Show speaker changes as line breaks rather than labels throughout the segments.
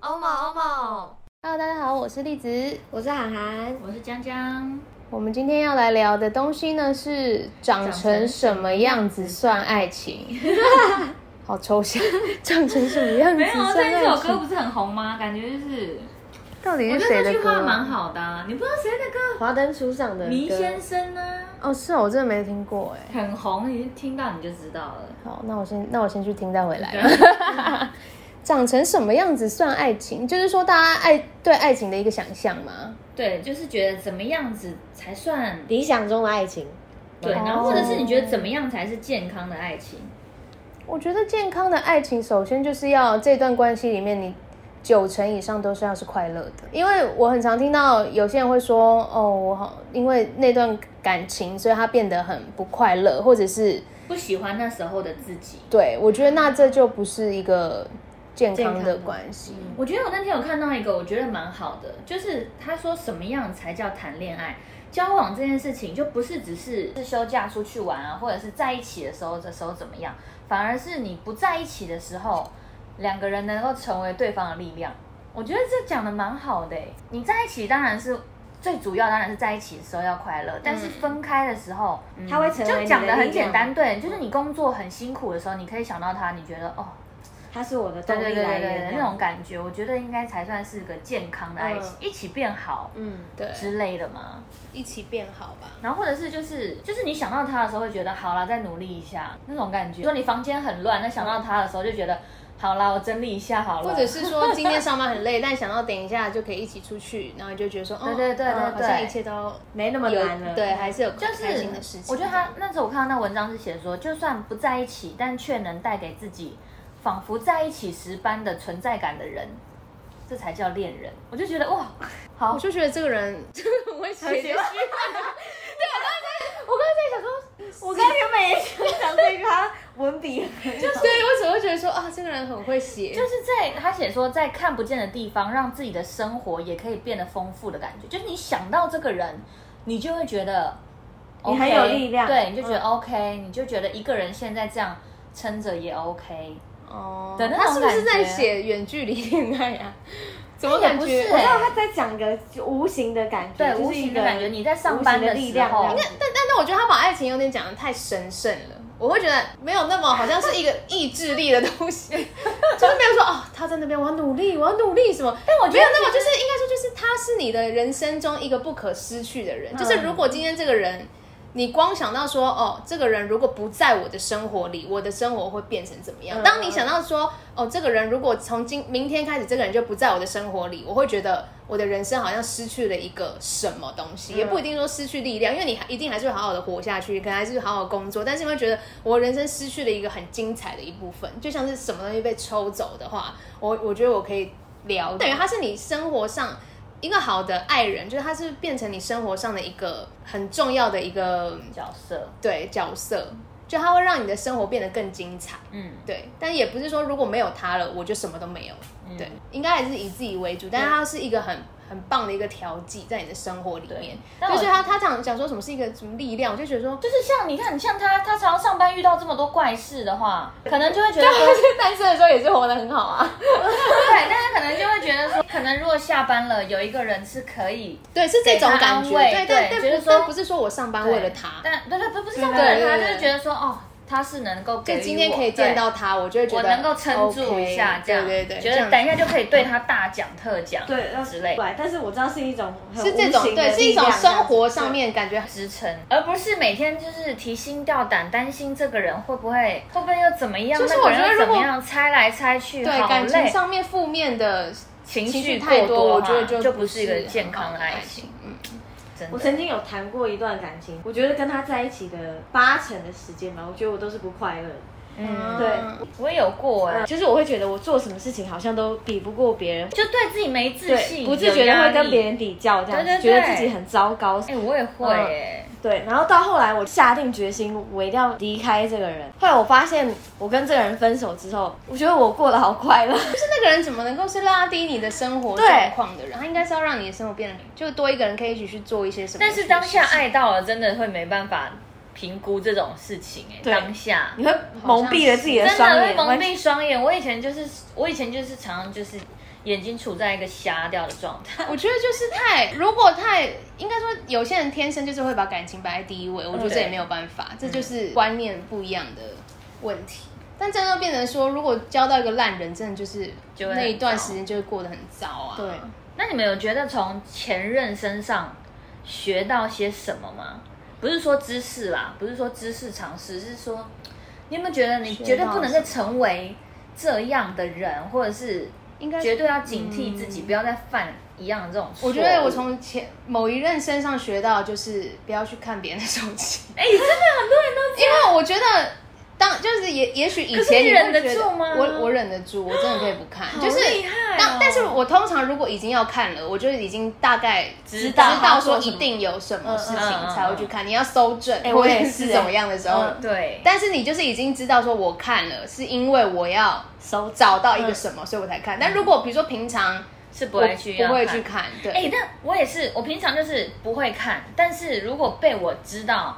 欧某欧某，
Hello，大家好，我是栗子。
我是涵涵，
我是江江。
我们今天要来聊的东西呢是长成什么样子算爱情？好抽象，长成什么样 子
没有，啊
算
这
爱
首歌不
情？
是很红吗？感觉就是，
到底
我
是
觉得这
谁的
句
歌
话蛮
啊？
好的、啊。你不知道谁的歌？
华灯初上的歌
迷先生呢？
哦，是哦，我真的没听过哎。
很红，你听到你就知道了。
好，那我先那我先去听再回 来。长成什么样子算爱情？就是说大家爱对爱情的一个想象嘛。
对，就是觉得怎么样子才算
理想中的爱情，
对，
哦
然后或者是你觉得怎么样才是健康的爱情？
我觉得健康的爱情，首先就是要这段关系里面，你九成以上都是要是快乐的。因为我很常听到有些人会说，哦，我好，因为那段感情，所以他变得很不快乐，或者是
不喜欢那时候的自己。
对我觉得那这就不是一个健康
健康
的
的
关系。
我觉得我那天有看到一个，我觉得蛮好的，就是他说什么样才叫谈恋爱？交往这件事情就不是只是是休假出去玩啊，或者是在一起的时候，这时候怎么样，反而是你不在一起的时候，两个人能够成为对方的力量。我觉得这讲的蛮好的欸、你在一起当然是最主要，当然是在一起的时候要快乐，但是分开的时候，
它会成为
就
你
讲的很
力
简
量
单，，对，就是你工作很辛苦的时候，你可以想到他，你觉得哦，
它是我的动
对对
力
对
来
对
源
对，
这
那种
样。
感觉，我觉得应该才算是个健康的爱情，
嗯
一起变好
嗯，
对，
之类的嘛。
一起变好吧。
然后或者是就是就是你想到他的时候，会觉得好啦，再努力一下那种感觉。说你房间很乱，那想到他的时候就觉得好啦，我整理一下好了。
或者是说今天上班很累，但想到等一下就可以一起出去，然后你就觉得说，哦，
对对对
嗯
对
好
对
像一切都
没那么
有
难了。
对，还是有就
就是
开心的事情。
我觉得他那时候我看到那文章是写说，就算不在一起，但却能带给自己仿佛在一起时般的存在感的人，这才叫恋人。我就觉得哇，好
我，就觉得这个人 真的很会写这些。
我刚才在想说，
我刚原本也想讲这个，它文笔 就是
对，为什么会觉得说啊，这个人很会写？
就是在他写说，在看不见的地方，让自己的生活也可以变得丰富的感觉。就是你想到这个人，你就会觉得
你
OK，
很有力量
对，你就觉得
嗯
OK，、你就觉得一个人现在这样撑着也 OK。
哦，
的那
他
种
是不是
感觉
在写远距离恋爱 啊？怎么
也
感
不
觉？
是欸
我
我
知
知
道
道他在讲个无形的感觉，
对，
就是一个
无形的感觉，你在上班
无形的
时
力量这
候，
样
但但但我觉得他把爱情有点讲的太神圣了，我会觉得没有那么好像是一个 意志力的东西，就是没有说哦，他在那边我要努力，我要努力什么。
但我觉
没有
得
那么，就是应该说，就是他是你的人生中一个不可失去的人。就是
嗯
如果今天这个人，你光想到说，哦，这个人如果不在我的生活里，我的生活会变成怎么样？
嗯
当你想到说，哦，这个人如果从今明天开始，这个人就不在我的生活里，我会觉得我的人生好像失去了一个什么东西，也不一定说失去力量，因为你还一定还是会好好的活下去，可能还是好好地工作，但是你会觉得我人生失去了一个很精彩的一部分，就像是什么东西被抽走的话，我我觉得我可以聊，等于他是你生活上一个好的爱人，就是他是变成你生活上的一个很重要的一个
角色，
对角色，就他会让你的生活变得更精彩。
嗯，
对，但也不是说如果没有他了，我就什么都没有。
嗯
对，应该还是以自己为主，但是他是一个很很棒的一个调剂，在你的生活里面
对。但
就
我
是他他讲讲说什么是一个什么力量，我就觉得说，
就是像你看，你像他，他常常上班遇到这么多怪事的话，可能就会觉得
他
说
是单身的时候也是活得很好啊。
对，但是可能就会觉得说，可能如果下班了，有一个人是可以
对，是这种
给他
感
安
觉。
慰对
对，但但
觉得
不
说
但不是说我上班为了他，
但对对不不是这
对
样的人，
对
他
对
就是觉得说哦，他是能够给
就
予
今天
我
可以见，到他，我就会
对
觉
我
得
能够撑住一下
OK，
这样，
对对对，
觉
这
得
样
等一下就可以对他大讲特讲，
对，要
之类
对，但是我知道是一种很
是这
无
种
形的
对，是一
力
种
量这样
生
子
活上面感觉
支撑，而不是每天就是提心吊胆，担心这个人会不会会不会又怎么样，
就是
那个人
我觉得
又
如
怎
果
么样，猜来猜去，
对
好
感情
累，
上面负面的
情
情绪
绪
太
过
多，我
多的
觉
话，
得就
不是一个
很
健
好
康
的
的
爱
爱情，。
嗯，
真
我
的。
曾经有谈过一段感情，我觉得跟他在一起的八成的时间吧，我觉得我都是不快乐的。
嗯，
对
我也有过哎、
就是我会觉得我做什么事情好像都比不过别人，
就对自己没自信，
对，不自觉
有
的
压
会
力
跟别。人比较，这样
对
子
对
觉
对
得自己很糟糕。
哎、我也会
嗯
哎、
对，然后到后来我下定决心，我一定要离开这个人。后来我发现，我跟这个人分手之后，我觉得我过得好快乐。
就是那个人怎么能够是拉低你的生活
对
状况的人？他应该是要让你的生活变得就多一个人可以一起去做一些什么。
但是当下，爱到了，真的会没办法评估这种事情哎、
对
当下
你会蒙蔽了自己的
真
双
的会
眼，
蒙
完全
蔽双眼。我以前就是，我以前就是常常就是眼睛处在一个瞎掉的状态。
我觉得就是太，如果太，应该说有些人天生就是会把感情摆在第一位，我觉得这也没有办法，这就是观念不一样的问题。但真的变成说，如果交到一个烂人，真的就是
就会
那一段
很糟
时间就会过得很糟啊。
对，
那你们有觉得从前任身上学到些什么吗？不是说知识啦，不是说知识常识，是说你有没有觉得你绝对不能再成为这样的人，或者是
应该是
绝对要警惕自己，不要再犯一样的这种错误。
我觉得我从前某一任身上学到，就是不要去看别人的手 机，
哎、真的很多人都
因为我觉得当就是也也许以
可是
前
你
会
忍得
觉
住吗
我我忍得住，我真的可以不看，就是
好厉害哦
但但是我通常如果已经要看了，我就已经大概
知道
道
他
说
做什
一
么
定有什么事
嗯嗯
情
嗯
才会去看，你要搜证
哎
或
我
者
也
是
是
怎么样的时候。
嗯
对，
但是你就是已经知道说，我看了是因为我要
手掌
找到一个什么，所以我才看。但如果比如说平常
是嗯不
我
会去
不会
要
去看，对，
哎、但我也是，我平常就是不会看，但是如果被我知道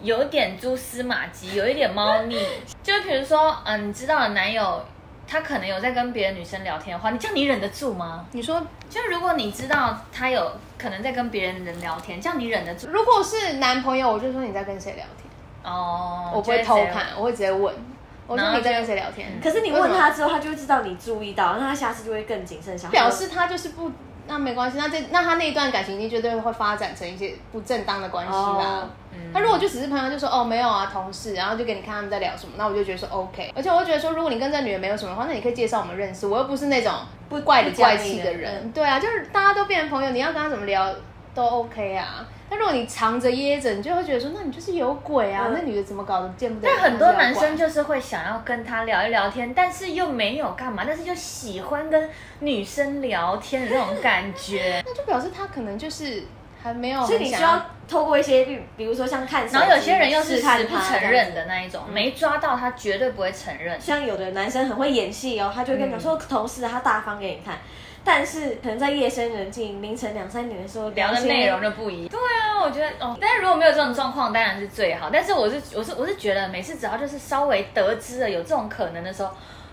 有一点蛛丝马迹，有一点猫腻，就比如说，嗯、你知道了男友他可能有在跟别的女生聊天的话，你这样你忍得住吗？
你说
就如果你知道他有可能在跟别人人聊天，这样你忍得住？
如果是男朋友，我就说你在跟谁聊天，
哦，
我不会
就
偷
这样
看，我会直接问，我
然
说
后
你在
就
跟谁聊天。
嗯可是你
为
问
什么
他之后，他就会知道你注意到，那他下次就会更谨慎小 心。
表示他就是不，那没关系，那这那他那一段感情一定绝对会发展成一些不正当的关系啦
哦。
他如果就只是朋友，就说哦没有啊，同事，然后就给你看他们在聊什么，那我就觉得说 OK。而且我会觉得说，如果你跟这女人没有什么的话，那你可以介绍我们认识。我又不是那种不怪里怪气的
不讲理的
人，
嗯
对啊，就是大家都变成朋友，你要跟他怎么聊都 OK 啊。但如果你藏着掖着，你就会觉得说，那你就是有鬼啊！
嗯
那女的怎么搞的，见不得
但
人。
很多
还是要
男生
管
就是会想要跟他聊一聊天，但是又没有干嘛，但是又喜欢跟女生聊天的那种感觉。
那就表示他可能就是还没有很
所以你
想
需要透过一些，比比如说像看手机，
然后有些人又是
试
死
探
不
他
承
这样
认
子
的。那一种，没抓到他绝对不会承认。
像有的男生很会演戏哦，他就会跟你讲说同事他大方给你看，但是可能在夜深人静、凌晨两三点的时候
聊的
些
内容就不一样。对啊，我觉得哦，但是如果没有这种状况，当然是最好。但是我是我是我是觉得，每次只要就是稍微得知了有这种可能的时候，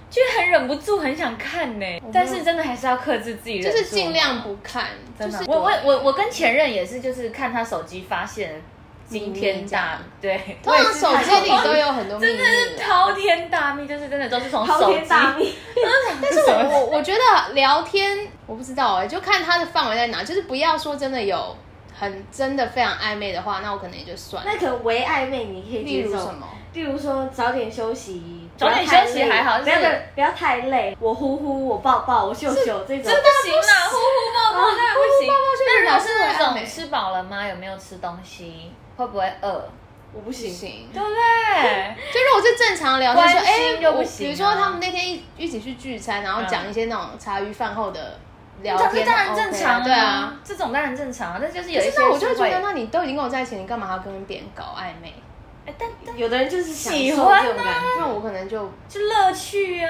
就会很忍不住很想看呢、但是真的还是要克制自己忍
就
住嘛，
是尽量不看，就
啊真的。啊
是
我我我我跟前任也是，就是看他手机发现惊天大对，
通常手机里都有很多秘
真的是
密啊。
滔天大秘，就是真的都是从
滔
手
天
机。
大 秘，
但是
我我我觉得聊天，我不知道哎、就看它的范围在哪，就是不要说真的有很真的非常暧昧的话，那我可能也就算。
那可能为暧昧你可以
例
接
如
受
什么？
例如说早点休息，
早点休息还好
不要太累不要
就是
不要太累，我呼呼，我抱抱，我秀秀这
真的。
种
不行啦，呼呼抱抱当然不行。
就
那如
是老
果
师
是
会
那
暧
种
昧，
吃饱了吗？有没有吃东西？会不会饿？
我不
不
行，
行。
对不对？
就如果是正常聊天，说
关
哎
心、又
我
不行啊嗯
比如说他们那天一一起去聚餐，然后讲一些那种茶余饭后的聊
这这
天，
当然正常、
OK 对啊。，
这种当然正啊常啊。但就是有一
可
些
是那我就
会
会觉得，那你都已经跟我在一起，你干嘛还要跟别人搞暧昧？
哎，但但
有的人就是享受
喜欢啊
这种感觉
那我可能就
就乐趣啊，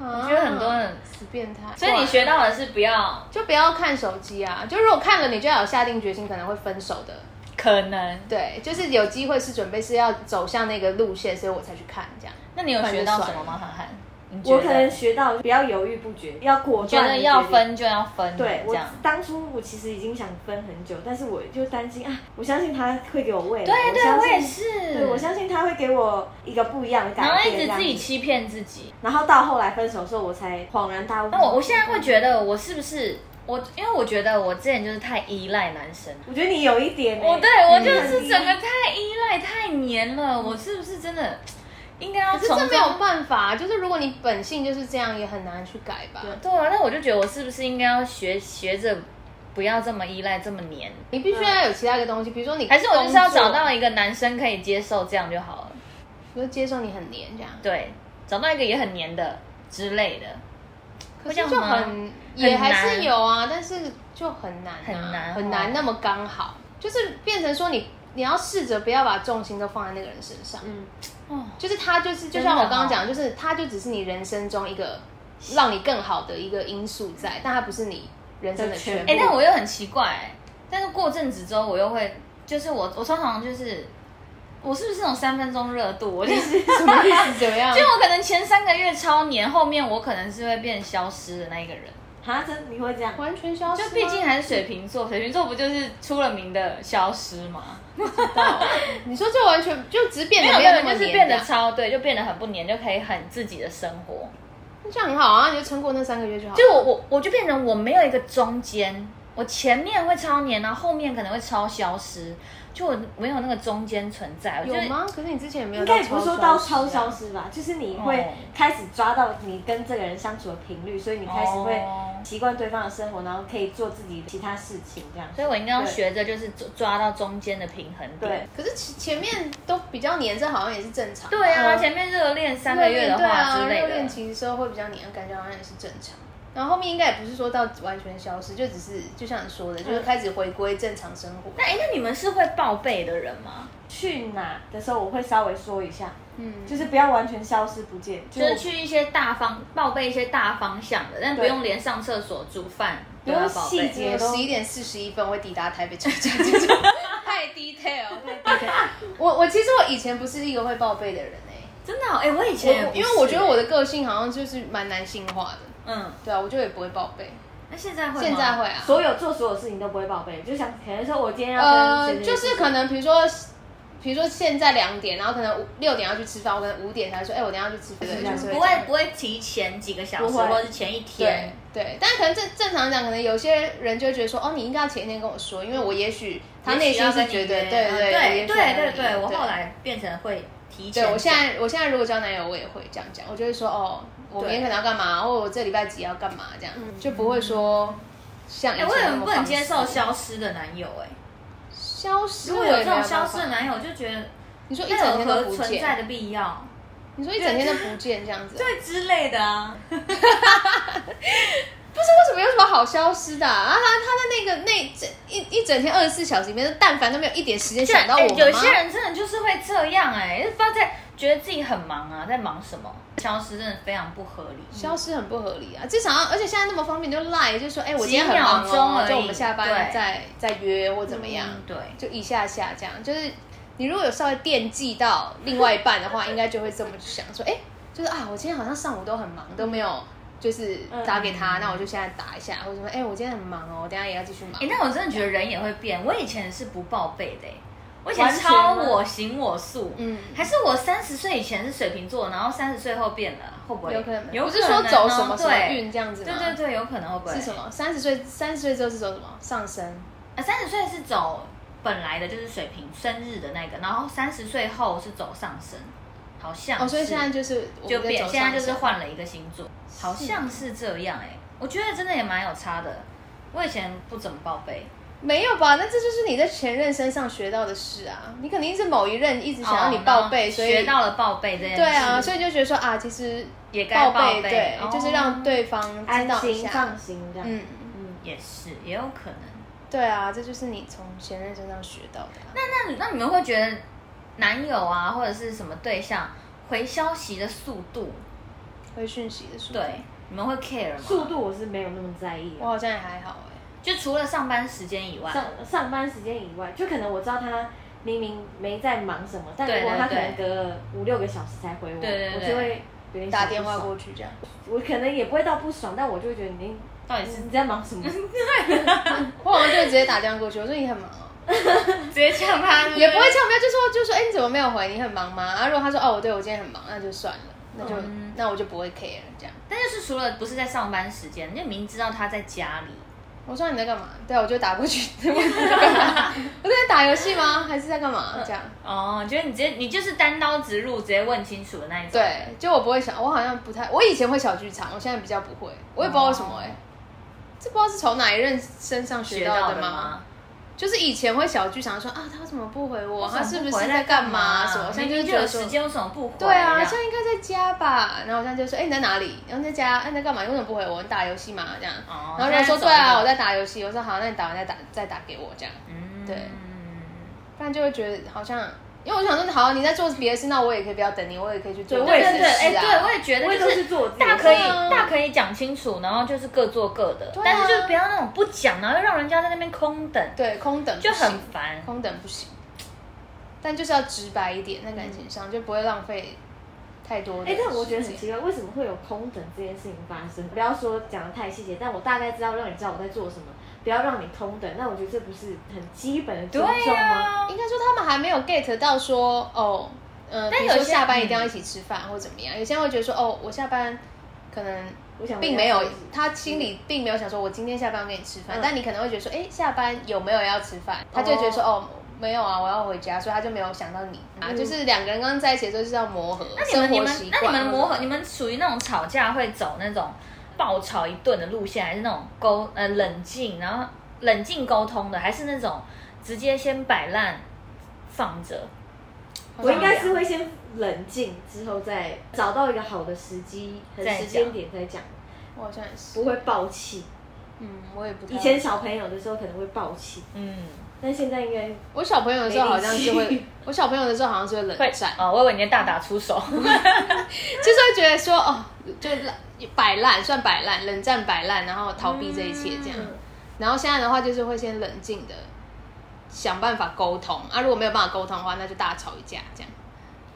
我
我觉得很多人。
死变态，
所以你学到的是不要
就不要看手机啊！就如果看了，你就要有下定决心，可能会分手的。
可能。
对，就是有机会是准备是要走向那个路线，所以我才去看这样。
那你有学到什么吗？涵涵，你觉得
我可能学到不要犹豫不决，要果
觉
断地
得
决定。
要分就要分，
对
这
我
样。
当初我其实已经想分很久，但是我就担心啊，我相信他会给我未来，
对对，
相
我
信
也，是。
对我相信他会给我一个不一样的
然
改
后
变，
一直自
这
己
样子
欺骗自己。
然后到后来分手的时候，我才恍然大悟。
那我我现在会觉得我是不是我？因为我觉得我之前就是太依赖男生。
我觉得你有一点欸、
我对我就
嗯
是整个太依赖、太黏了，我是不是真的应该要
可是
从
这
中
没有办法，啊就是如果你本性就是这样，也很难去改吧。
对啊，那我就觉得我是不是应该要学学着不要这么依赖、这么黏？
你必须要有其他一个东西，比如说你
还是我就是要
工作
找，到一个男生可以接受这样就好了？
比如接受你很黏这样，
对，找到一个也很黏的之类的，
可
会这样
是就
吗
很也还是
难
有啊，但是就很难、啊，
很难
很
哦
难那么刚好，就是变成说你你要试着不要把重心都放在那个人身上，
嗯，
哦，
就是他就是就
真的
像我刚
哦
刚讲，就是他就只是你人生中一个让你更好的一个因素在，但他不是你人生的
的全
全
部
部。
哎、但我又很奇怪、但是过阵子之后，我又会，就是我我通常就是，我是不是那种三分钟热度？我就是，
什么意思？怎么样
就？我可能前三个月超黏，后面我可能是会变消失的那一个人。
哈，真你会这样？
完全消 失
就
吗。
毕竟还是水瓶座，水瓶座不就是出了名的消失吗？
你说就完全就只是变
没
得
有
没
没
有
有，
那
就
么
是
黏
变得
这样
超对，就变得很不黏，就可以很自己的生活。
这样很好啊，你就撑过那三个月就好。
就我我我就变成我没有一个中间，我前面会超黏，然后后面可能会超消失，就我没有那个中间存在。我就
有吗？可是你之前也没有
应
到
该
超消失啊，
也不是说到超消失吧，就是你会
哦
开始抓到你跟这个人相处的频率，所以你开始会
哦
习惯对方的生活，然后可以做自己其他事情这样。
所以我应该要学着就是抓抓到中间的平衡点
对。
可是前前面都比较黏，这好像也是正常。
对啊，
嗯
前面热恋三
热
个月
恋
的
对
话
啊，
之类
热
的
恋，期的时候会比较黏，感觉好像也是正常。然后后面应该也不是说到完全消失，就只是就像你说的，
嗯
就是开始回归正常生活。
那哎、那你们是会报备的人吗？
去哪的时候，我会稍微说一下，
嗯，
就是不要完全消失不见，就
就是
是
去一些大方报备一些大方向的，但不用连上厕所、煮饭都
不
要
用
报
细
备。
节
我
都
嗯十一点四十一分会抵达台北车站，这 种太 detail。我我其实我以前不是一个会报备的人哎、
真的哦、哎、我以前也
我
不
因为我
是
觉得我的
哎
个性好像就是蛮男性化的，
嗯，
对啊，我就也不会报备。
那现在会吗
现在会啊，
所有做所有事情都不会报备，就想可能说我今天要
呃，
跟谁谁谁
就是可能比如说，比如说现在两点，然后可能五六点要去吃饭，我可能五点才说，哎、我等一下要去吃饭，
是
对
这样
就是
嗯不
这
会
样
不会提前几个小时，
不会
或是前一天
对。对，但可能正正常讲，可能有些人就会觉得说，哦，你应该要前一天跟我说，因为我也许他内心是觉得，对
对嗯
对
对对对对，我后。
我也许要跟你
来变成会提前
对，
讲。
我现在我现在如果交男友，我也会这样讲，我就会说哦，我明天可能要干嘛，或者我这礼拜几要干嘛这样，就不会说像以
嗯哎，
前
我
那
很
么
不能
放
接
肆
受消失的男友，哎，
消失，
如
我
果
也
有
没
这种消
办
失
法
的男友，我就觉得
你说一整
那有
天都
何
不
存在
见，
的必要？
你说一整天都不见这样子，
对之类的啊。
不是为什么有什么好消失的啊？啊他他的那个那整一一整天二十四小时里面，但凡都没有一点时间想到我
哎
们吗？
有些人真的就是会这样，哎，就不知道在觉得自己很忙啊，在忙什么？消失真的非常不合理。
消失很不合理啊！至少要，而且现在那么方便，就赖，就说，哎、我
几
今天很忙
秒钟
哦
而，已
就我们下班
对
再再约或怎么样，
嗯对
就一下下这样。就是你如果有稍微惦记到另外一半的话，应该就会这么想说，哎、就是啊，我今天好像上午都很忙，都
嗯
没有就是打给他，那我就现在打一下，或者说，哎、我今天很忙哦，我等一下也要继续忙
哎、。那我真的觉得人也会变。我以前是不报备的、欸，我以前
完全
超
吗
我行我素，
嗯
还是我三十岁以前是水瓶座，然后三十岁后变了，会不会？
有可能，
有
不
可
是
能
说
哦、
走什么什么
对
运这样子吗？
对对对，有可能会不会？
是什？么？三十岁，三十岁之后是走什么？上升。
啊，三十岁是走本来的就是水瓶生日的那个，然后三十岁后是走上升，好像
哦，所以
是
现在就是我们
就
在
变，
走
现在
上
就是
升哦
换了一个星座，好像是这样哎、我觉得真的也蛮有差的。我以前不怎么报备，
没有吧？那这就是你在前任身上学到的事啊！你肯定是某一任一直想要你
哦
报备，
然后
所以
学到了报备这件事。
对啊，所以就觉得说啊，其实
也该
报
报备
对，
哦
就是让对方知
安
道一
心
下
放。心这样。
嗯，
嗯，
也是，也有可能。
对啊，这就是你从前任身上学到的啊、
那那你们会觉得男友啊，或者是什么对象回消息的速度，
回讯息的速度。
对，你们会 care 吗？
速度我是没有那么在意
我
的。
好像也还好欸
就除了上班时间以外，
上上班时间以外，就可能我知道他明明没在忙什么，但
对
如果他可
对
能
对
隔五六个小时才回我，
对对对
我就会有点
哎，
小
打
不
电话
爽
过去 这嗯样，
我可能也不会到不爽，但我就会觉得你
到底是
你在忙什么？
我好像就会直接打电话过去，我说你很忙哦。
直接呛 他，
也不会呛，没有就说就说，哎、你怎么没有回？你很忙吗？啊，如果他说哦，我对我今天很忙，那就算了，那就、
嗯
那我就不会 care 这样。
但就是除了不是在上班时间，就明知道他在家里，
我说你在干嘛？对啊，我就打过去。 我在干嘛？我在打游戏吗？还是在干嘛？这样。
哦，觉得你直接你就是单刀直入，直接问清楚的那一种。
对，就我不会想，我好像不太，我以前会小剧场，我现在比较不会，我也不知道为什么哎、
哦
这不知道是从哪一任身上学
学
到
到
的
的
吗？
吗？
就是以前会小剧场说啊，他怎么不回我？他是
为
不是
什么回
在
来
干嘛？什么？现
明
在
明
就
就
觉
有
得说
时间，为什么不回？
对啊，
这样
现在应该在家吧？然后我现在就说，哎、你在哪里？然后在家，哎、你在干嘛？你为什么不回我？你打游戏嘛？这样。
哦
然后人家说
现在走
对
一
啊，
个
我在打游戏。我说好，那你打完再打再打给我这样。
嗯
对不然就会觉得好像，因为我想说，好，你在做别的事，那我也可以不要等你，我也可以去做
对
对
别的
也
对
是
对，哎、
事啊。
对，我也觉
我
得
也
就
都
是
是做我自己的
大可以
对啊
大可以讲清楚，然后就是各做各的，
对啊
但是就不要那种不讲，然后又让人家在那边空等，
对空等不
就很
行
烦。
空等不行，但就是要直白一点，在感情上就不会浪费太多的
哎、
事情。
但我觉得很奇怪，为什么会有空等这件事情发生？不要说讲的太细节，但我大概知道让你知道我在做什么，不要让你空等。那我觉得这不是很基本的尊
啊
重
啊
吗？
应该说他们还没有 get 到说哦，呃，
但
比如说
有些
下班一定要一起吃饭或怎么样，有些人会觉得说哦，我下班可能
我想
并没有，他心里并没有想说我今天下班跟你吃饭，
嗯
但你可能会觉得说，哎，下班有没有要吃饭？他就会觉得说哦。没有啊，我要回家，所以他就没有想到你啊。
嗯
就是两个人刚刚在一起的时候就是要磨合，
那你们你
生活
们
习
那
惯
你们磨合，
或者
你们属于那种吵架会走那种爆吵一顿的路线，还是那种沟呃冷静，然后冷静沟通的，还是那种直接先摆烂放着？
我应该是会先冷静，之后再找到一个好的时机、和
再讲
时间点再讲，
我好像也是，
不会爆气。
嗯，我也不太
以前小朋友的时候可能会爆气，
嗯，
但现在应该
我小朋友的时候好像是
没力
会
气，
我小朋友的时候好像是会冷
会
战，
哦，我以为你在大打出手，
就是会觉得说哦，就懒摆烂，算摆烂，冷战摆烂，然后逃避这一切这样。
嗯
然后现在的话，就是会先冷静的想办法沟通啊，如果没有办法沟通的话，那就大吵一架这样。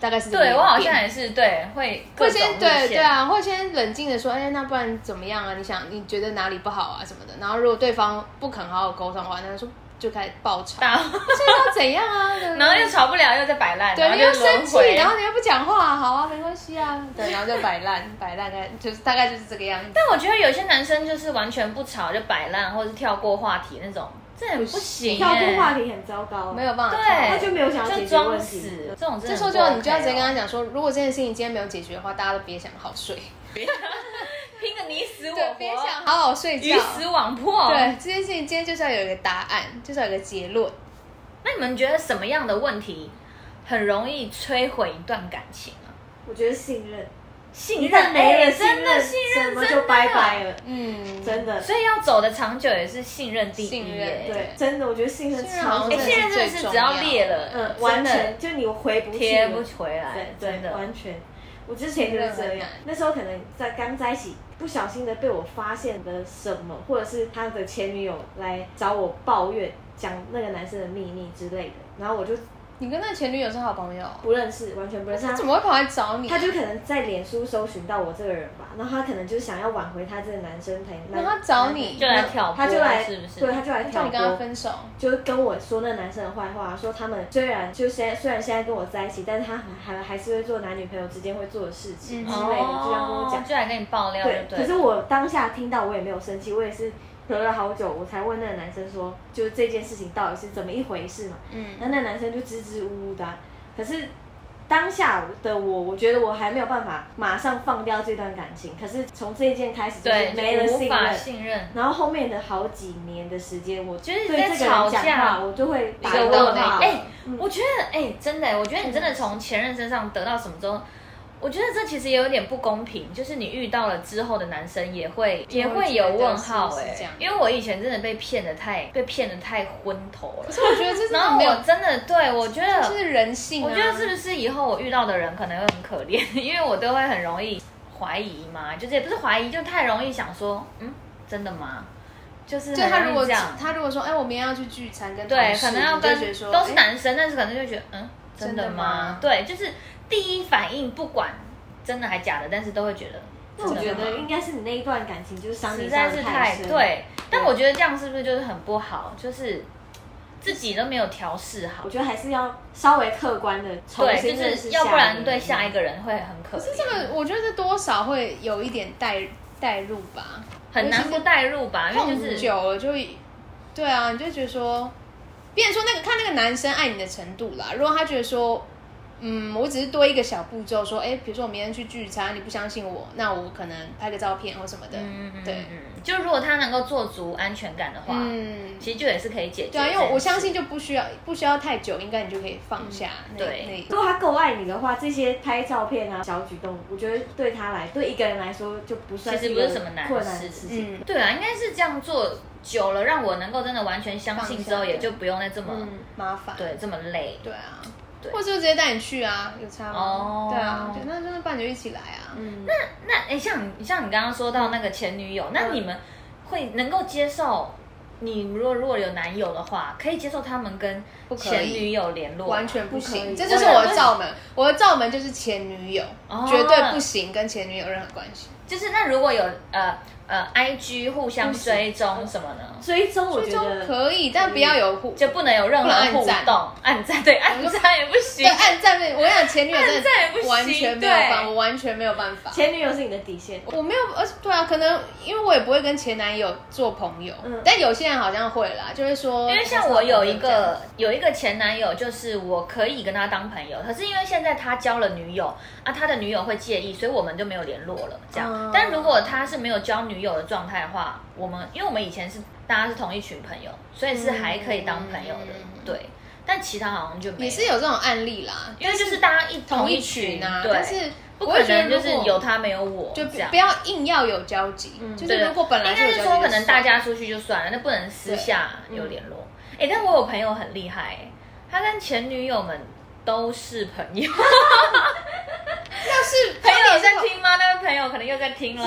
大概是这个
对我好像
演变
也是对会各
会
种
先
路
对
线
对啊，会先冷静的说，哎，那不然怎么样啊？你想你觉得哪里不好啊什么的？然后如果对方不肯好好沟通的话，那就说就开始爆 吵，
大，
现在要怎 样啊？对不对
然后又吵不了，又在摆烂，
对，
然后
你又
就轮
生气，
回，
然后你又不讲话，好啊，没关系啊，对，然后就摆烂，摆烂，大概就是大概就是这个样子。
但我觉得有些男生就是完全不吵就摆烂，或者是跳过话题那种，这很不行、欸。
跳过话题很糟糕，
没有办法，
对，
他就没有想要解
就
决问
装
题
死，这种真的
这时候
很
就
不 OK
你就要直接跟他
哦
讲说，如果这件事情今天没有解决的话，大家都别想好睡，
拼个你死我
对，
活，
别想好好睡觉
鱼，死网破。
对，，这件事情今天就是要有一个答案，就是要有一个结论。
那你们觉得什么样的问题很容易摧毁一段感情啊？
我觉得信任，
信
一
任
旦没
哎
了
真的信任，
什么
真
就
的啊
拜拜了，
嗯，
真的。
所以要走的长久也是信任第一、
信任
哎
对，真的，我觉得信任
信任好像
超
哎、
重要
信任真的是只要裂了，
嗯，
真
完
的
全就你回不去
贴
了
不回来
对，
真
对，
的。
完全。我之前就是
信
这
任很
样
难，
那时候可能在刚在一起，不小心的被我发现了什么，或者是他的前女友来找我抱怨，讲那个男生的秘密之类的，然后我就
你跟那前女友是好朋友，
不认识，完全不认识
他
他
怎。么会跑来找你啊？
他就可能在脸书搜寻到我这个人吧，然后他可能就是想要挽回他这个男生朋友，
那他找你
就来挑拨
他就来，
是不是
对，他就来
叫
挑
你跟他
拨，
分手，
就是跟我说那男生的坏话，说他们虽然就现在虽然现在跟我在一起，但是他还还还是会做男女朋友之间会做的事情
嗯
之类的，就这样跟我讲。
就来跟你爆料就
对
哦对，了。
可是我当下听到我也没有生气，我也是隔了好久我才问那个男生说，就是这件事情到底是怎么一回事嘛？
嗯，
那那男生就支支吾吾的啊、可是当下的我，我觉得我还没有办法马上放掉这段感情。可是从这一件开始，就是
对，
没了
无
信
法
任。
信任。
然后后面的好几年的时间，我
就是
对
在
这个
吵
人
架
讲话，我就会打
一
个
个问
问号。
那
哎、
个
嗯
我觉得，哎、真的、我觉得你真的从前任身上得到什么之后，我觉得这其实也有点不公平，就是你遇到了之后的男生也会也会有问号、
是不是这
哎
样，
因为我以前真的被骗的太被骗的太昏头了
可，是我觉得这真
然
的
后
没有
我，真的对我觉
这
得
是人性啊。
我觉得是不是以后我遇到的人可能会很可怜， 因为我都会很容易怀疑嘛，就是也不是怀疑，就太容易想说，嗯，真的吗？就是
就他
很
如
容易
果
这样，
他如果说，哎，我明天要去聚餐跟
对，
同事
可能要
你就
跟
觉得说
都是
哎
男生，但是可能就觉得，嗯，真的
真的吗
吗？对，就是第一反应不管真的还假的，但是都会觉得，
那我
真的
觉
吗
得应该是你那一段感情就是伤
实
你
在
伤
是
的
太
深。，
对。但我觉得这样是不是就是很不好？就是自己都没有调试好
我，觉得还是要稍微客观的重
对，
新
就
认识
是要不然
人
对下一个人会很可
可是这
怜，
个，我觉得多少会有一点代代入吧，
很难不代入吧？因为
碰
就是
久了就会，对啊，你就觉得说，别人说那个看那个男生爱你的程度啦。如果他觉得说，嗯，我只是多一个小步骤，说，哎，比如说我明天去聚餐，你不相信我，那我可能拍个照片或什么的，对，
嗯，就如果他能够做足安全感的话，
嗯，
其实就也是可以解决这
对啊，
件事。
因为我相信就不需要不需要太久，应该你就可以放下
嗯
那
对
那一
如果他够爱你的话，这些拍照片啊、小举动，我觉得对他来，对一个人来说就不算
其实
一
不是
个
什么难
困难
事
的事情。
嗯
对啊，应该是这样做久了，让我能够真的完全相信之后，
放下
也就不用再这么、
嗯麻烦，
对这么累。
对啊，
对
或者就直接带你去啊，有差吗？
哦
对啊，对，那就是伴侣一起来啊。
嗯，
嗯
那哎，像像你刚刚说到那个前女友，那你们会能够接受你如果如果有男友的话，可以接受他们跟
不可以
前女友联络吗，
完全不
不可
行，
以
这就是我的罩门。我的罩门就是前女友，
哦
绝对不行跟前女友有任何关系。
就是那如果有呃呃 I G 互相追踪什么呢，
追踪我
最
觉
终
得
可以，但不要有互
就不能有任
不能
何
按
互
赞
动，暗赞对暗赞也不行
对，暗赞被。我想前女友真
暗赞也不
的
行
完全没有办
对
法，我完全没有办法。
前女友是你的底线。
我没有，而且对啊，可能因为我也不会跟前男友做朋友，
嗯
但有些人好像会啦，就会说，
因为像我有一个有一个前男友，就是我可以跟他当朋友，可是因为现在他交了女友啊，他的女友会介意，所以我们就没有联络了。这样，
哦
但如果他是没有交女友的状态的话，我们因为我们以前是大家是同一群朋友，所以是还可以当朋友的，
嗯
对。但其他好像就没有
也是有这种案例啦，
因为就是大家一
同
一
一群啊，
对，
但是
不
我
可
也觉得
能就
如
是
果
有他没有我，
就
这样嗯
不。要硬要有交集，就是如果本来
应
就有
该是
交集
说，可
就
能
算
大家出去就算了，那不能私下
嗯
有联络。哎、但我有朋友很厉害、欸，他跟前女友们都是朋友。
但是
朋友有
在
在听吗？那位朋友可能又在听 喽。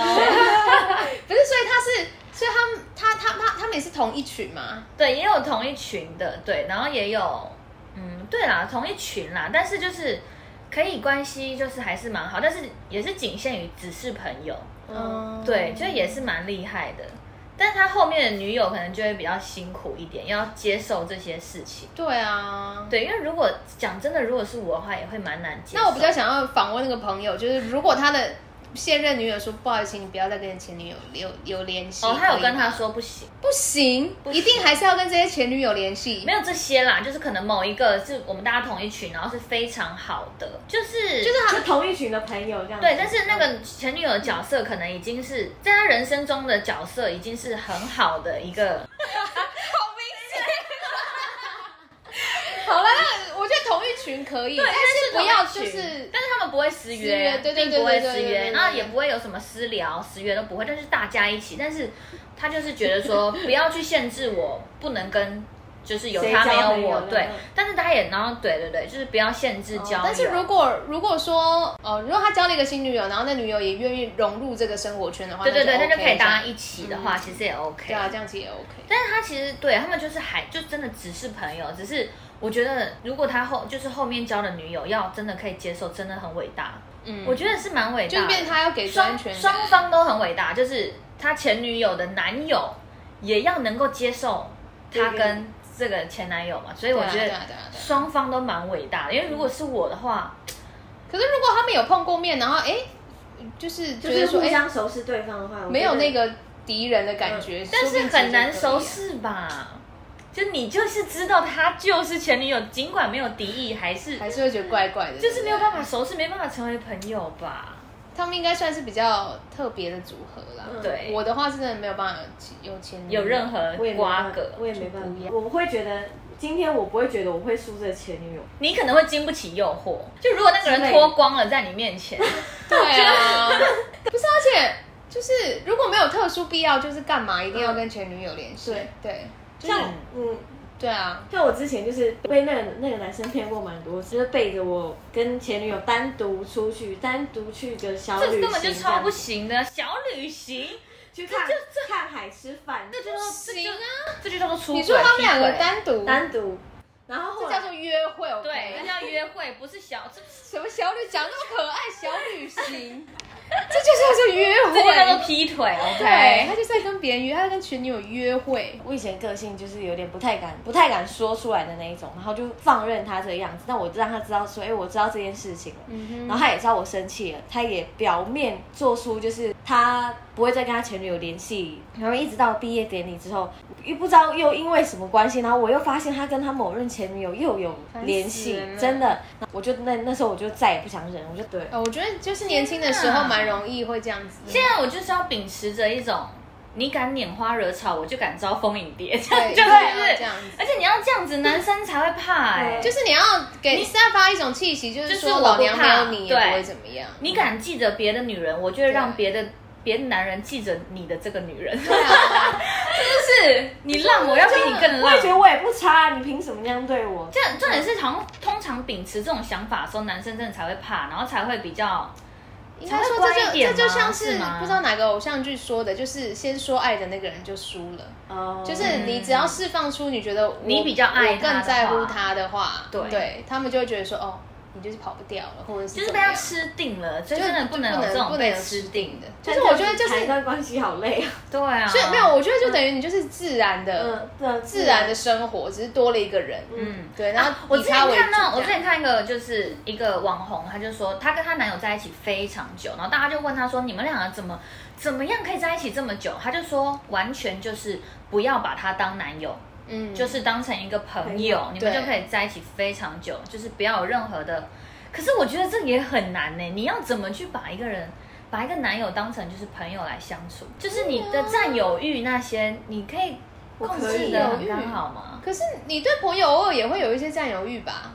不是，所以他是，所以他们他他他他们也是同一群嘛，
对，也有同一群的，对，然后也有，嗯，对啦，同一群啦，但是就是可以关系就是还是蛮好，但是也是仅限于只是朋友，
嗯，
哦
对，就也是蛮厉害的。但他后面的女友可能就会比较辛苦一点，要接受这些事情。
对啊。
对，因为如果讲真的，如果是我的话，也会蛮难接受。哦
那我比较想要访问那个朋友，就是如果他的现任女友说不好意思，你不要再跟你前女友有有联系，
哦，他有
可以
跟
吗
他说不行，
不行，
不
一定还是要跟这些前女友联系
没。有这些啦，就是可能某一个是我们大家同一群，然后是非常好的，就是就是
就同一群的朋友这样子。
对，但是那个前女友的角色可能已经是在他人生中的角色，已经是很好的一个。
好了，那我觉得同一群可以，但是不要就是
但是他们不会失
私约
约，
对对对
并不会
对对
失
对对
约，
对
然后
对
也不会有什么私聊、私约都不会，但是大家一起，但是他就是觉得 说不要去限制我，不能跟。就是有
谁
他没
交朋
有
友
我，
的
对
嗯，
但是他也，然后对对对，就是不要限制交友。
哦但是如果如果说，呃，如果他交了一个新女友，然后那女友也愿意融入这个生活圈的话，
对对对，
那
那就可以大
搭
家一起的话，其实也 OK。
对啊，这样子也 OK。
但是他其实对他们就是还就真的只是朋友，只是我觉得如果他后就是后面交的女友要真的可以接受，真的很伟大。
嗯，
我觉得是蛮伟大
就
的，
是变成他要给出安
双
全感
双方都很伟大，就是他前女友的男友也要能够接受他跟这个前男友嘛，所以我觉
对啊
得
对啊对啊对啊
双方都蛮伟大的。因为如果是我的话，
可是如果他们有碰过面，然后哎、就是
就
觉
是
得说，
互
哎、
相熟悉对方的话，我
没有
觉得
那个敌人的感觉，
嗯但
说
是
不定其实
很难
就可以
熟
啊。
识吧。就你就是知道他就是前女友，尽管没有敌意，还是
还是会觉得怪怪的，
就是没有
对不
办法熟识，没办法成为朋友吧？
对。他们应该算是比较特别的组合啦。
嗯
对，
我的话是真的没有办法有钱
有任何
我也没
瓜
办
葛
法，，我也没办
就不一
法，
样
我会觉得今天我不会觉得我会输这前女友，
你可能会经不起诱惑。就如果那个人脱光了在你面前，
对 啊，不是，而且就是如果没有特殊必要，就是干嘛一定
嗯
要跟前女友联系？
对
对，就是
像嗯。
对啊，
像我之前就是被那个那个男生骗过蛮多次，就是背着我跟前女友单独出去，单独去一个小旅
这
行，
根本就超不
这样
行的小旅行，
去看看海吃饭，
这就
行啊。
这就叫做出轨。
你说他们两个
劈腿啊
单独，
单独，然后后
这叫
来
做约会，OK，
对，那叫约会，不是小，这
什么小旅，长那么可爱，小旅行， 这就叫做约
这就叫做
会。
劈 腿。
对，他
OK，
就是在跟别人约，他在跟前女友约会。
我以前个性就是有点不太敢、不太敢说出来的那一种，然后就放任他这个样子。但我让他知道说，哎、我知道这件事情了，
嗯
然后他也知道我生气了，他也表面做出就是他不会再跟他前女友联系，然后一直到毕业典礼之后，又不知道又因为什么关系，然后我又发现他跟他某任前女友又有联系
烦死人，了
真的，我就那那时候我就再也不想忍，我就对。
哦，我觉得就是年轻的时候蛮容易会这样子。
现在我就是要秉持着一种，你敢拈花惹草，我就敢招蜂引蝶，这样
对，
就
就是要这
是。
样子。
而且你要这样子，男生才会怕哎、
就是你要给散发一种气息，就是
就是
说
我
老
不
娘没
怕
有你也不
对
会怎么样。
你敢记着别的女人，我就会让
对
别的别的男人记着你的这个女人，
对啊，
就是你浪，我要比你更
我
浪
也觉。得我也不差，你凭什么那样对 我？
这重点是，好像通常秉持这种想法的时候，男生真的才会怕，然后才会比较
应该说
才会乖
这
一
就这
点
就
吗
像
是吗
不知道哪个偶像剧说的，就是先说爱的那个人就输了。
哦，
就是你只要释放出你觉得我
你比较爱他
我
的
更在乎
话
他的话，
对
他们就会觉得说哦，你就是跑不掉了，或者是
就是
怎
被
么
他
样
吃定了，就真的不能有这种
不能
被
有
吃定的。
就是我觉得就是
谈一段关系好累啊。
对啊，
所以没有，我觉得就等于你就是自然的、
嗯，对，
呃自然的生活，只是多了一个人，
嗯。
对，然
啊
后、
我
以
之
他
前
为
看
主
到，我
这
之
样
前看一个就是一个网红，她就说她跟她男友在一起非常久，然后大家就问她说你们两个怎么怎么样可以在一起这么久？她就说完全就是不要把他当男友，
嗯
就是当成一个朋
朋
友
友，
你们就
对
可以在一起非常久，就是不要有任何的。可是我觉得这也很难呢、你要怎么去把一个人，把一个男友当成就是朋友来相处？就是你的占有欲那些，你可以
我
控
可
制
以
的
有
很
欲
刚好吗？
可是你对朋友偶尔也会有一些占有欲吧？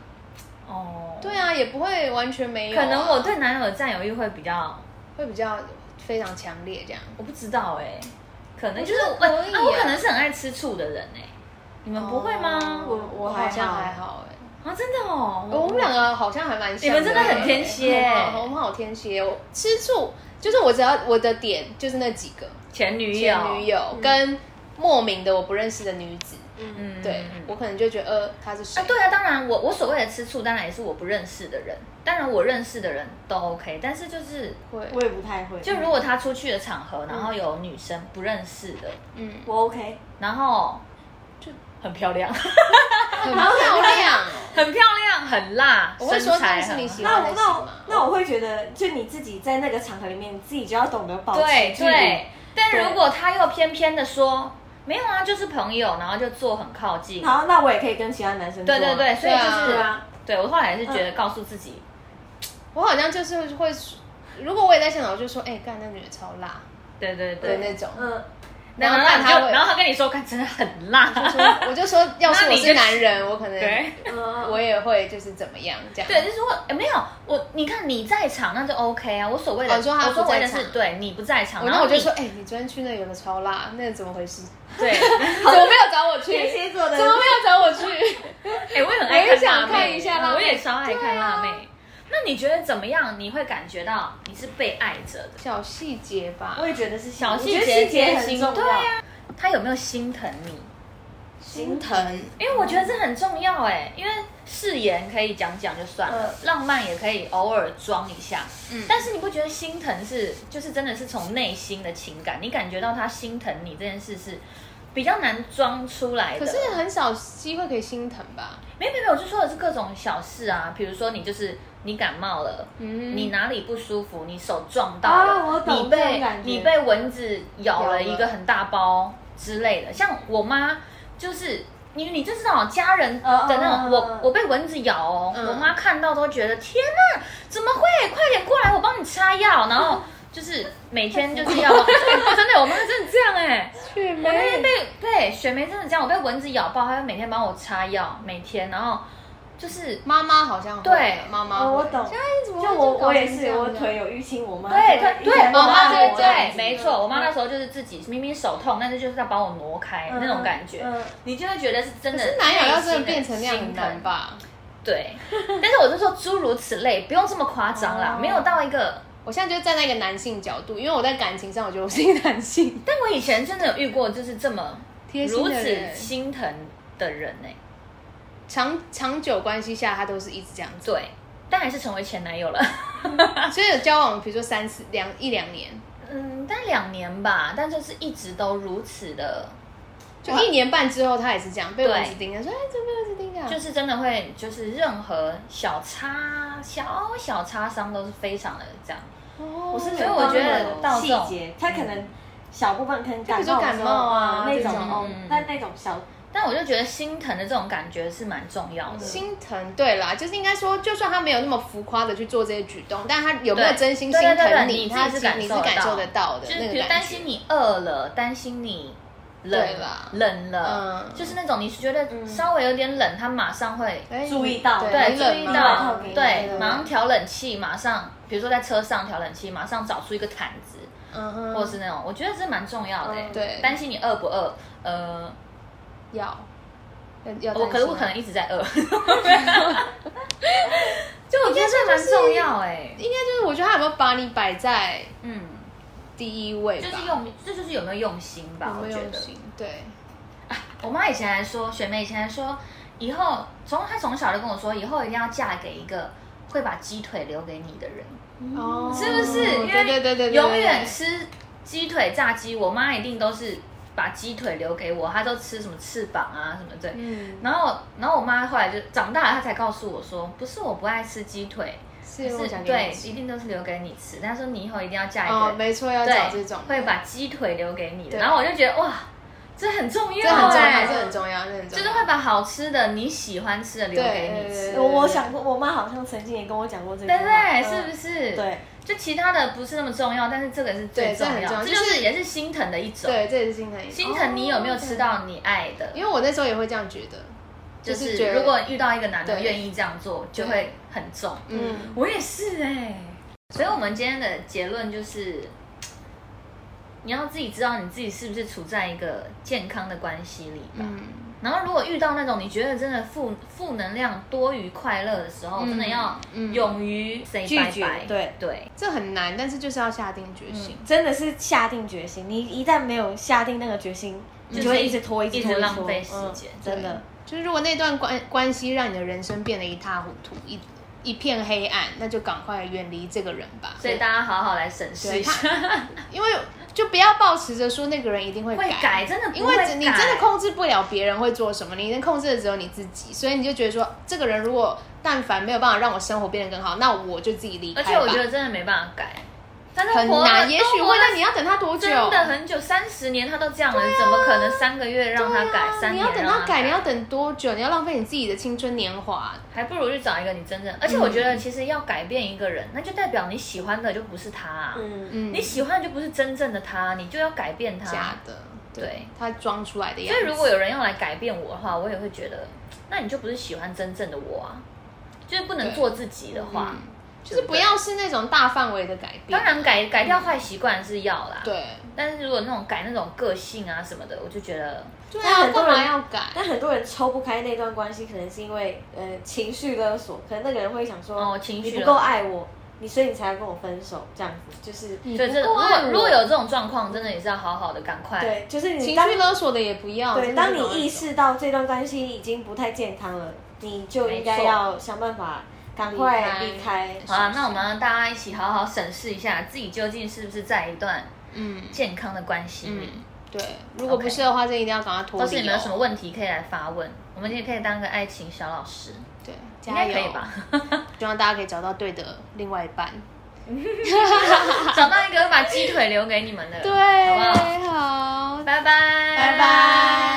哦，
对啊，也不会完全没有啊、
可能我对男友的占有欲会比较，
会比较非常强烈这样。
我不知道哎、可能
我
就
觉
是
得
我
可以
啊，我
耶
可能是很爱吃醋的人哎、你们不会
哦
吗？
我我还
好像
好
还好哎、
啊，真的哦，
我们两个好像还蛮像
你们真的很天蝎
我们我们好天蝎。我吃醋就是我只要我的点就是那几个
前女友，
前女友、跟莫名的我不认识的女子，
嗯，
嗯，
对、
嗯
我可能就觉得呃她是谁、
啊，对啊，当然我我所谓的吃醋，当然也是我不认识的人，当然我认识的人都 OK，但是就是
会
我也不太会，
就如果他出去的场合，然后有女生不认识的，
嗯
我 OK，
然后
就
很漂 亮，啊
很漂
哦
亮，哦
很漂亮，很辣，
我会说
身材
这是
很
你
好
喜
那
欢
我
的
那
型
我
嘛？
那我会觉得，就你自己在那个场合里面，你自己就要懂得保持
对
距离
对，但
对
如果他又偏偏的说没有啊，就是朋友，然后就坐很靠近，
好，那我也可以跟其他男生做
对对
啊
对，所以就是
对嗯
对啊，
对我后来也是觉得告诉自己，
我好像就是会，如果我也在现场，我就说，哎、干那女的超辣
对对
的
对，
那种，
嗯，
然后
然后
他
他
就
会
然后他跟你说，看真的很辣，
我就说我就说，要是
那
我
你就是
男人，我可能
对。
嗯
我也会就是怎么样这样。
对，就是我、诶没有我，你看你在场那就 OK 啊。我所谓的，
哦你说他
我所
不在
谓的是
场
对你不在场，
我
然
那
后
我就
你
说，哎、你昨天去那有个超辣，那怎么回事？
对，哎、
怎么没有找我去？
天蝎座的
怎么没有找我去？
我也很
我
爱看
也
辣
想
妹，
看一下辣妹
我也超爱看辣妹。
对啊
那你觉得怎么样？你会感觉到你是被爱着的？
小细节吧
我，也觉得是
小细
节，我觉
节
得细节
贴
很
心
重要，
对啊他有没有心疼你？
心
疼。
因为我觉得这很重要哎、因为誓言可以讲讲就算了，浪漫也可以偶尔装一下，
嗯
但是你不觉得心疼是就是真的是从内心的情感，你感觉到他心疼你这件事是比较难装出来的。
可是很少机会可以心疼吧？
没没没，我就说的是各种小事啊，比如说你就是你感冒了。
嗯，
你哪里不舒服？你手撞到了，
啊我懂
你
这
被
种感觉
你被蚊子咬
咬
了
了
一个很大包之类的。像我妈就是。你你就知道家人的那
嗯嗯
种，
嗯
我
嗯
我被蚊子咬哦，
嗯
我妈看到都觉得天哪，怎么会？快点过来，我帮你擦药。然 后就是每天就是要，哎真的，我妈真的这样哎、
去
我那天
没？
被对雪梅真的这样，我被蚊子咬爆，她会每天帮我擦药，每天，然后就是
妈妈好像会
对
妈妈
哦，
会
我懂。
现在怎么会
就我
搞成
我也
这
是，
样啊
我
呢
腿有淤青，我妈
对对
就会
对，
一直
我
帮
妈
我啊
啊
对
这样
对，
子
没错，我妈那时候就是自己明明手痛，但是就是在帮我挪开那种感觉，
嗯嗯
你就会觉得是真
可
的。
是男友要真的变成那样很难？吧？
对，但是我就说诸如此类，不用这么夸张啦
哦，
没有到一个。
我现在就站在一个男性角度，因为我在感情上我觉得我是一个男性，
但我以前真的有遇过，就是这么
贴心
如
的
此
人，
心疼的人欸呢、
长长久关系下他都是一直这样做，
对，但还是成为前男友了。
所以有交往，比如说三四两一两年，
嗯，但两年吧，但就是一直都如此的，
就一年半之后，他也是这样被
对
蚊子叮的，说哎，怎么被蚊子叮的？
就
就是
是真的会，就是任何小擦小小擦伤都是非常的这样。
哦
我是
所以
没有
我觉得
那种
到这
细
种嗯
节，他可能小部分可能
比
感
如说
冒的
感
时候
冒啊
那
这
种
种
哦
嗯，
但那种小
但我就觉得心疼的这种感觉是蛮重要的。
心疼，对啦，就是应该说，就算他没有那么浮夸的去做这些举动，但他有没有
对
真心
对
心
对对对
疼
你自己
他
是
是
感
你是
受得
感受
到
得到的
就是
那
比如
个感觉。
担心你饿了，担心你冷
对啦
冷了，
嗯
就是那种你觉得稍微有点冷，他马上会
哎
注意到
对
对
你
注
冷
意
吗
外
到
套给，你
对
对
马上调冷气，马上比如说在车上调冷气，马上找出一个毯子，
嗯哼，
或者是那种，我觉得这蛮重要的欸。
嗯
对
担心你饿不饿？呃，
要要要担心啊，
我可是我可能一直 在饿，就我觉得这蛮重要哎。欸
应该就是我觉得他有没有把你摆在
嗯，
第一位吧，
就是用，这就是有没有用心吧？
有
我
没
觉
有
得。
心，对，
我妈以前还说，学妹以前还说，以后从她从小就跟我说，以后一定要嫁给一个会把鸡腿留给你的人，
嗯
哦，
是不是？因为
对对对对对，
永远
对
吃鸡腿炸鸡，我妈一定都是把鸡腿留给我，她都吃什么翅膀啊什么的。
嗯，
然后，然后我妈后来就长大了，她才告诉我说，不是我不爱吃鸡腿，
是我
是
想给
对，
你吃
一定都是留给你吃。她说你以后一定要嫁一
哦，
个，
没错，要找这种，
会把鸡腿留给你的。
对
然后我就觉得哇，这很重要，
这很重要，
哎
这很重要，这很重
就是
要，
会把好吃的、你喜欢吃的留给你吃，
对
我我想过，我妈好像曾经也跟我讲过这个
对
话，
不对？
嗯
是不是？，
对，
就其他的不是那么重要，但是这个是最
对这
重
很
要，
重要
这
就
就是是也是心疼的一种。
对，这也是心疼，
心疼你有没有吃到你爱的，
哦因为我那时候也会这样觉得，
就
就是
是
觉得
如果遇到一个男的
对
愿意这样做，就会很重。
嗯，
我也是哎、所以我们今天的结论就是，你要自己知道你自己是不是处在一个健康的关系里吧。
嗯，
然后，如果遇到那种你觉得真的负负能量多于快乐的时候，
嗯
真的要
嗯
勇于 say
拒
bye
绝
bye。
对
对，
这很难，但是就是要下定决心，
嗯
真的是下定决心。你一旦没有下定那个决心，你就会一直拖，
就是
直拖，
一直浪
拖
费时间
嗯真的。
就是如果那段关关系让你的人生变得一塌糊涂，一一片黑暗，那就赶快远离这个人吧。
所以大家好好来审视一下，
因为就不要抱持着说那个人一定会改，
会改真的不
因
会
为
改
只你真的控制不了别人会做什么，你能控制的只有你自己，所以你就觉得说，这个人如果但凡没有办法让我生活变得更好，那我就自己离开
而
吧。
且我觉得真的没办法改，但是
很
活了
难，也许
都活
会，
了
但你要等他多久？
真
啊
的很久，三十年他都这样了，你怎么可能三个月让他
对
改？
啊，
三
你
年
要等
让
他
他
改，你要等多久？你要浪费你自己的青春年华。
还不如去找一个你真
嗯
正。而且我觉得，其实要改变一个人，那就代表你喜欢的就不是他啊，
嗯，
嗯，
你喜欢的就不是真正的他，你就要改变他。
假的，
对
他装出来的样
所以
子。
如果有人要来改变我的话，我也会觉得，那你就不是喜欢真正的我啊，就是不能
对
做自己的话
嗯，就是不要是那种大范围的改变。
当，然改改掉坏习惯是要啦，
对，
但是如果那种改那种个性啊什么的，我就觉得
对
但
啊，
很多
干
人
嘛要改？
但很多人抽不开那段关系，可能是因为呃情绪勒索，可能那个人会想说，
哦情绪
你不
勒
够
索
爱我，你所以你才要跟我分手，这样子就是。
所以这
不
如
够
果
爱我
如果有这种状况，真的也是要好好的赶快。
对，就是你
情
当
绪勒索的也不要。
对，
真的
当
不要
你意识到这段关系已经不太健康了，你就应该
没错
要想办法赶快
离
离
开
开。
好啊，那我们让大家一起好好审视一下自己究竟是不是在一段
嗯
健康的关系里。
嗯，对，如果不是的话，这一定要赶快脱离哦。
或是你们有什么问题可以来发问，我们也可以当个爱情小老师，
对，
应
加
该
油
可以吧？？
希望大家可以找到对的另外一半。
找到一个把鸡腿留给你们的，
对，
好不好？
好，
拜拜，
拜
拜
拜。